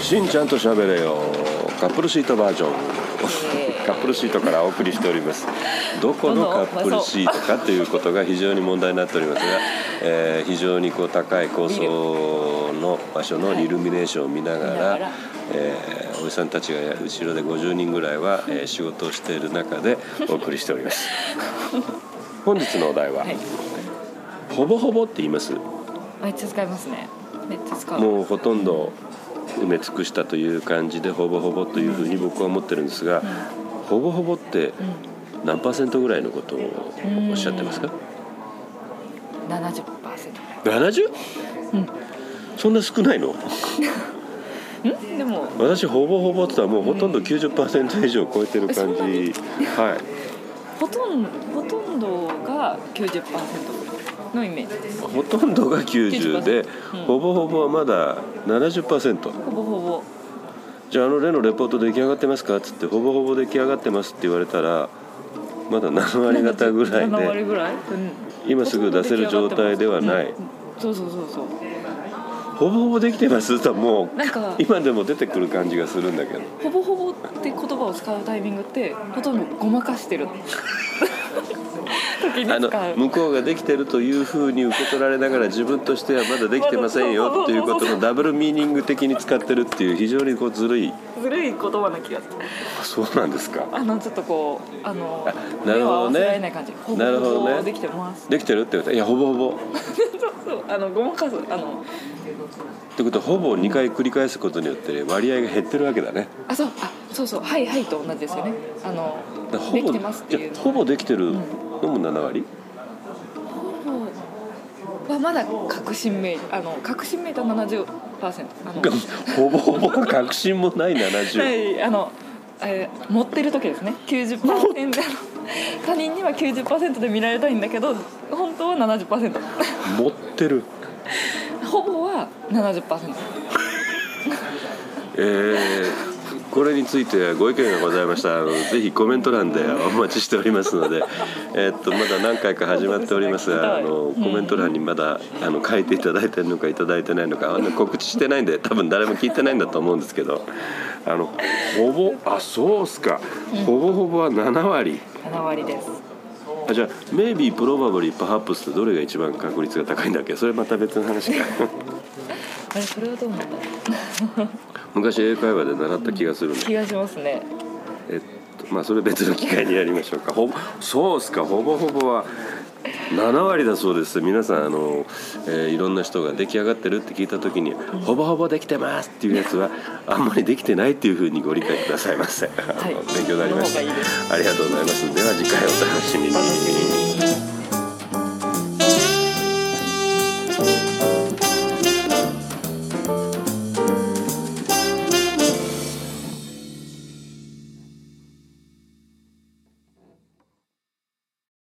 しんちゃんと喋れよカップルシートバージョンカップルシートからお送りしておりますどこのカップルシートかということが非常に問題になっておりますが、えー非常にこう高い高層の場所のイルミネーションを見ながら、見ながらえーおじさんたちが後ろで50人ぐらいは、えー仕事をしている中でお送りしております 本日のお題は、はいほぼほぼって言いますめっちゃ使いますねめっちゃ使うもうほとんど埋め尽くしたという感じでほぼほぼというふうに僕は思ってるんですが、ほぼほぼって何パーセントぐらいのことをおっしゃってますか、 70%ぐらい 70? うんそんな少ないのんでも私ほぼほぼって言ったらもうほとんど90%以上超えてる感じ、そんなにはいほとんどほとんどが90%のイメージですほとんどが90で、うんほぼほぼはまだ70%ほぼほぼじゃああの例のレポート出来上がってますかっつってほぼほぼ出来上がってますって言われたらまだ7割方ぐらい7で割ぐらい、うん、今すぐ出せる状態ではないうんそうそうそうそうほぼほぼできてますともうなんか今でも出てくる感じがするんだけどほぼほぼって言葉を使うタイミングってほとんどごまか してる時にあの使う向こうができてるというふうに受け取られながら自分としてはまだできてませんよっていうことのダブルミーニング的に使ってるっていう非常にこうずるいずるい言葉な気がするそうなんですかあのちょっとこうあのあな目るをほ合どねわせられない感じほぼなるほほどねぼできてます できてるって言われたら「いやほぼほぼ」っそうそうあのごまかすあのてことはほぼ2回繰り返すことによって割合が減ってるわけだねあそうあそうそうはいはいと同じですよねあのだからほでぼきてますっていうじゃあのほぼできてるんのも7割、ほぼはまだ確信めいあの確信めいた70%あの ほぼほぼ確信もない70、はい、あの、えー持ってる時ですね90%の他人には90%で見られたいんだけど本当は70%持ってる ほぼは70%えーこれについてご意見がございましたらあのぜひコメント欄でお待ちしておりますので、えっとまだ何回か始まっておりますがあのコメント欄にまだあの書いていただいてるのかいただいてないのかあの告知してないんで多分誰も聞いてないんだと思うんですけどあのほぼあそうっすかほぼほぼは7割7割ですあじゃあ「maybe probably perhaps」ってどれが一番確率が高いんだっけそれまた別の話かあれそれはどうなんだろ昔英会話で習った気がするんうで気がしますねえっとまあそれ別の機会にやりましょうかほぼそうっすかほぼほぼは7割だそうです皆さんあの、えーいろんな人が出来上がってるって聞いた時に「ほぼほぼできてます」っていうやつはあんまりできてないっていうふうにご理解くださいませ、あの勉強になりましたその方がいいですありがとうございますでは次回お楽しみに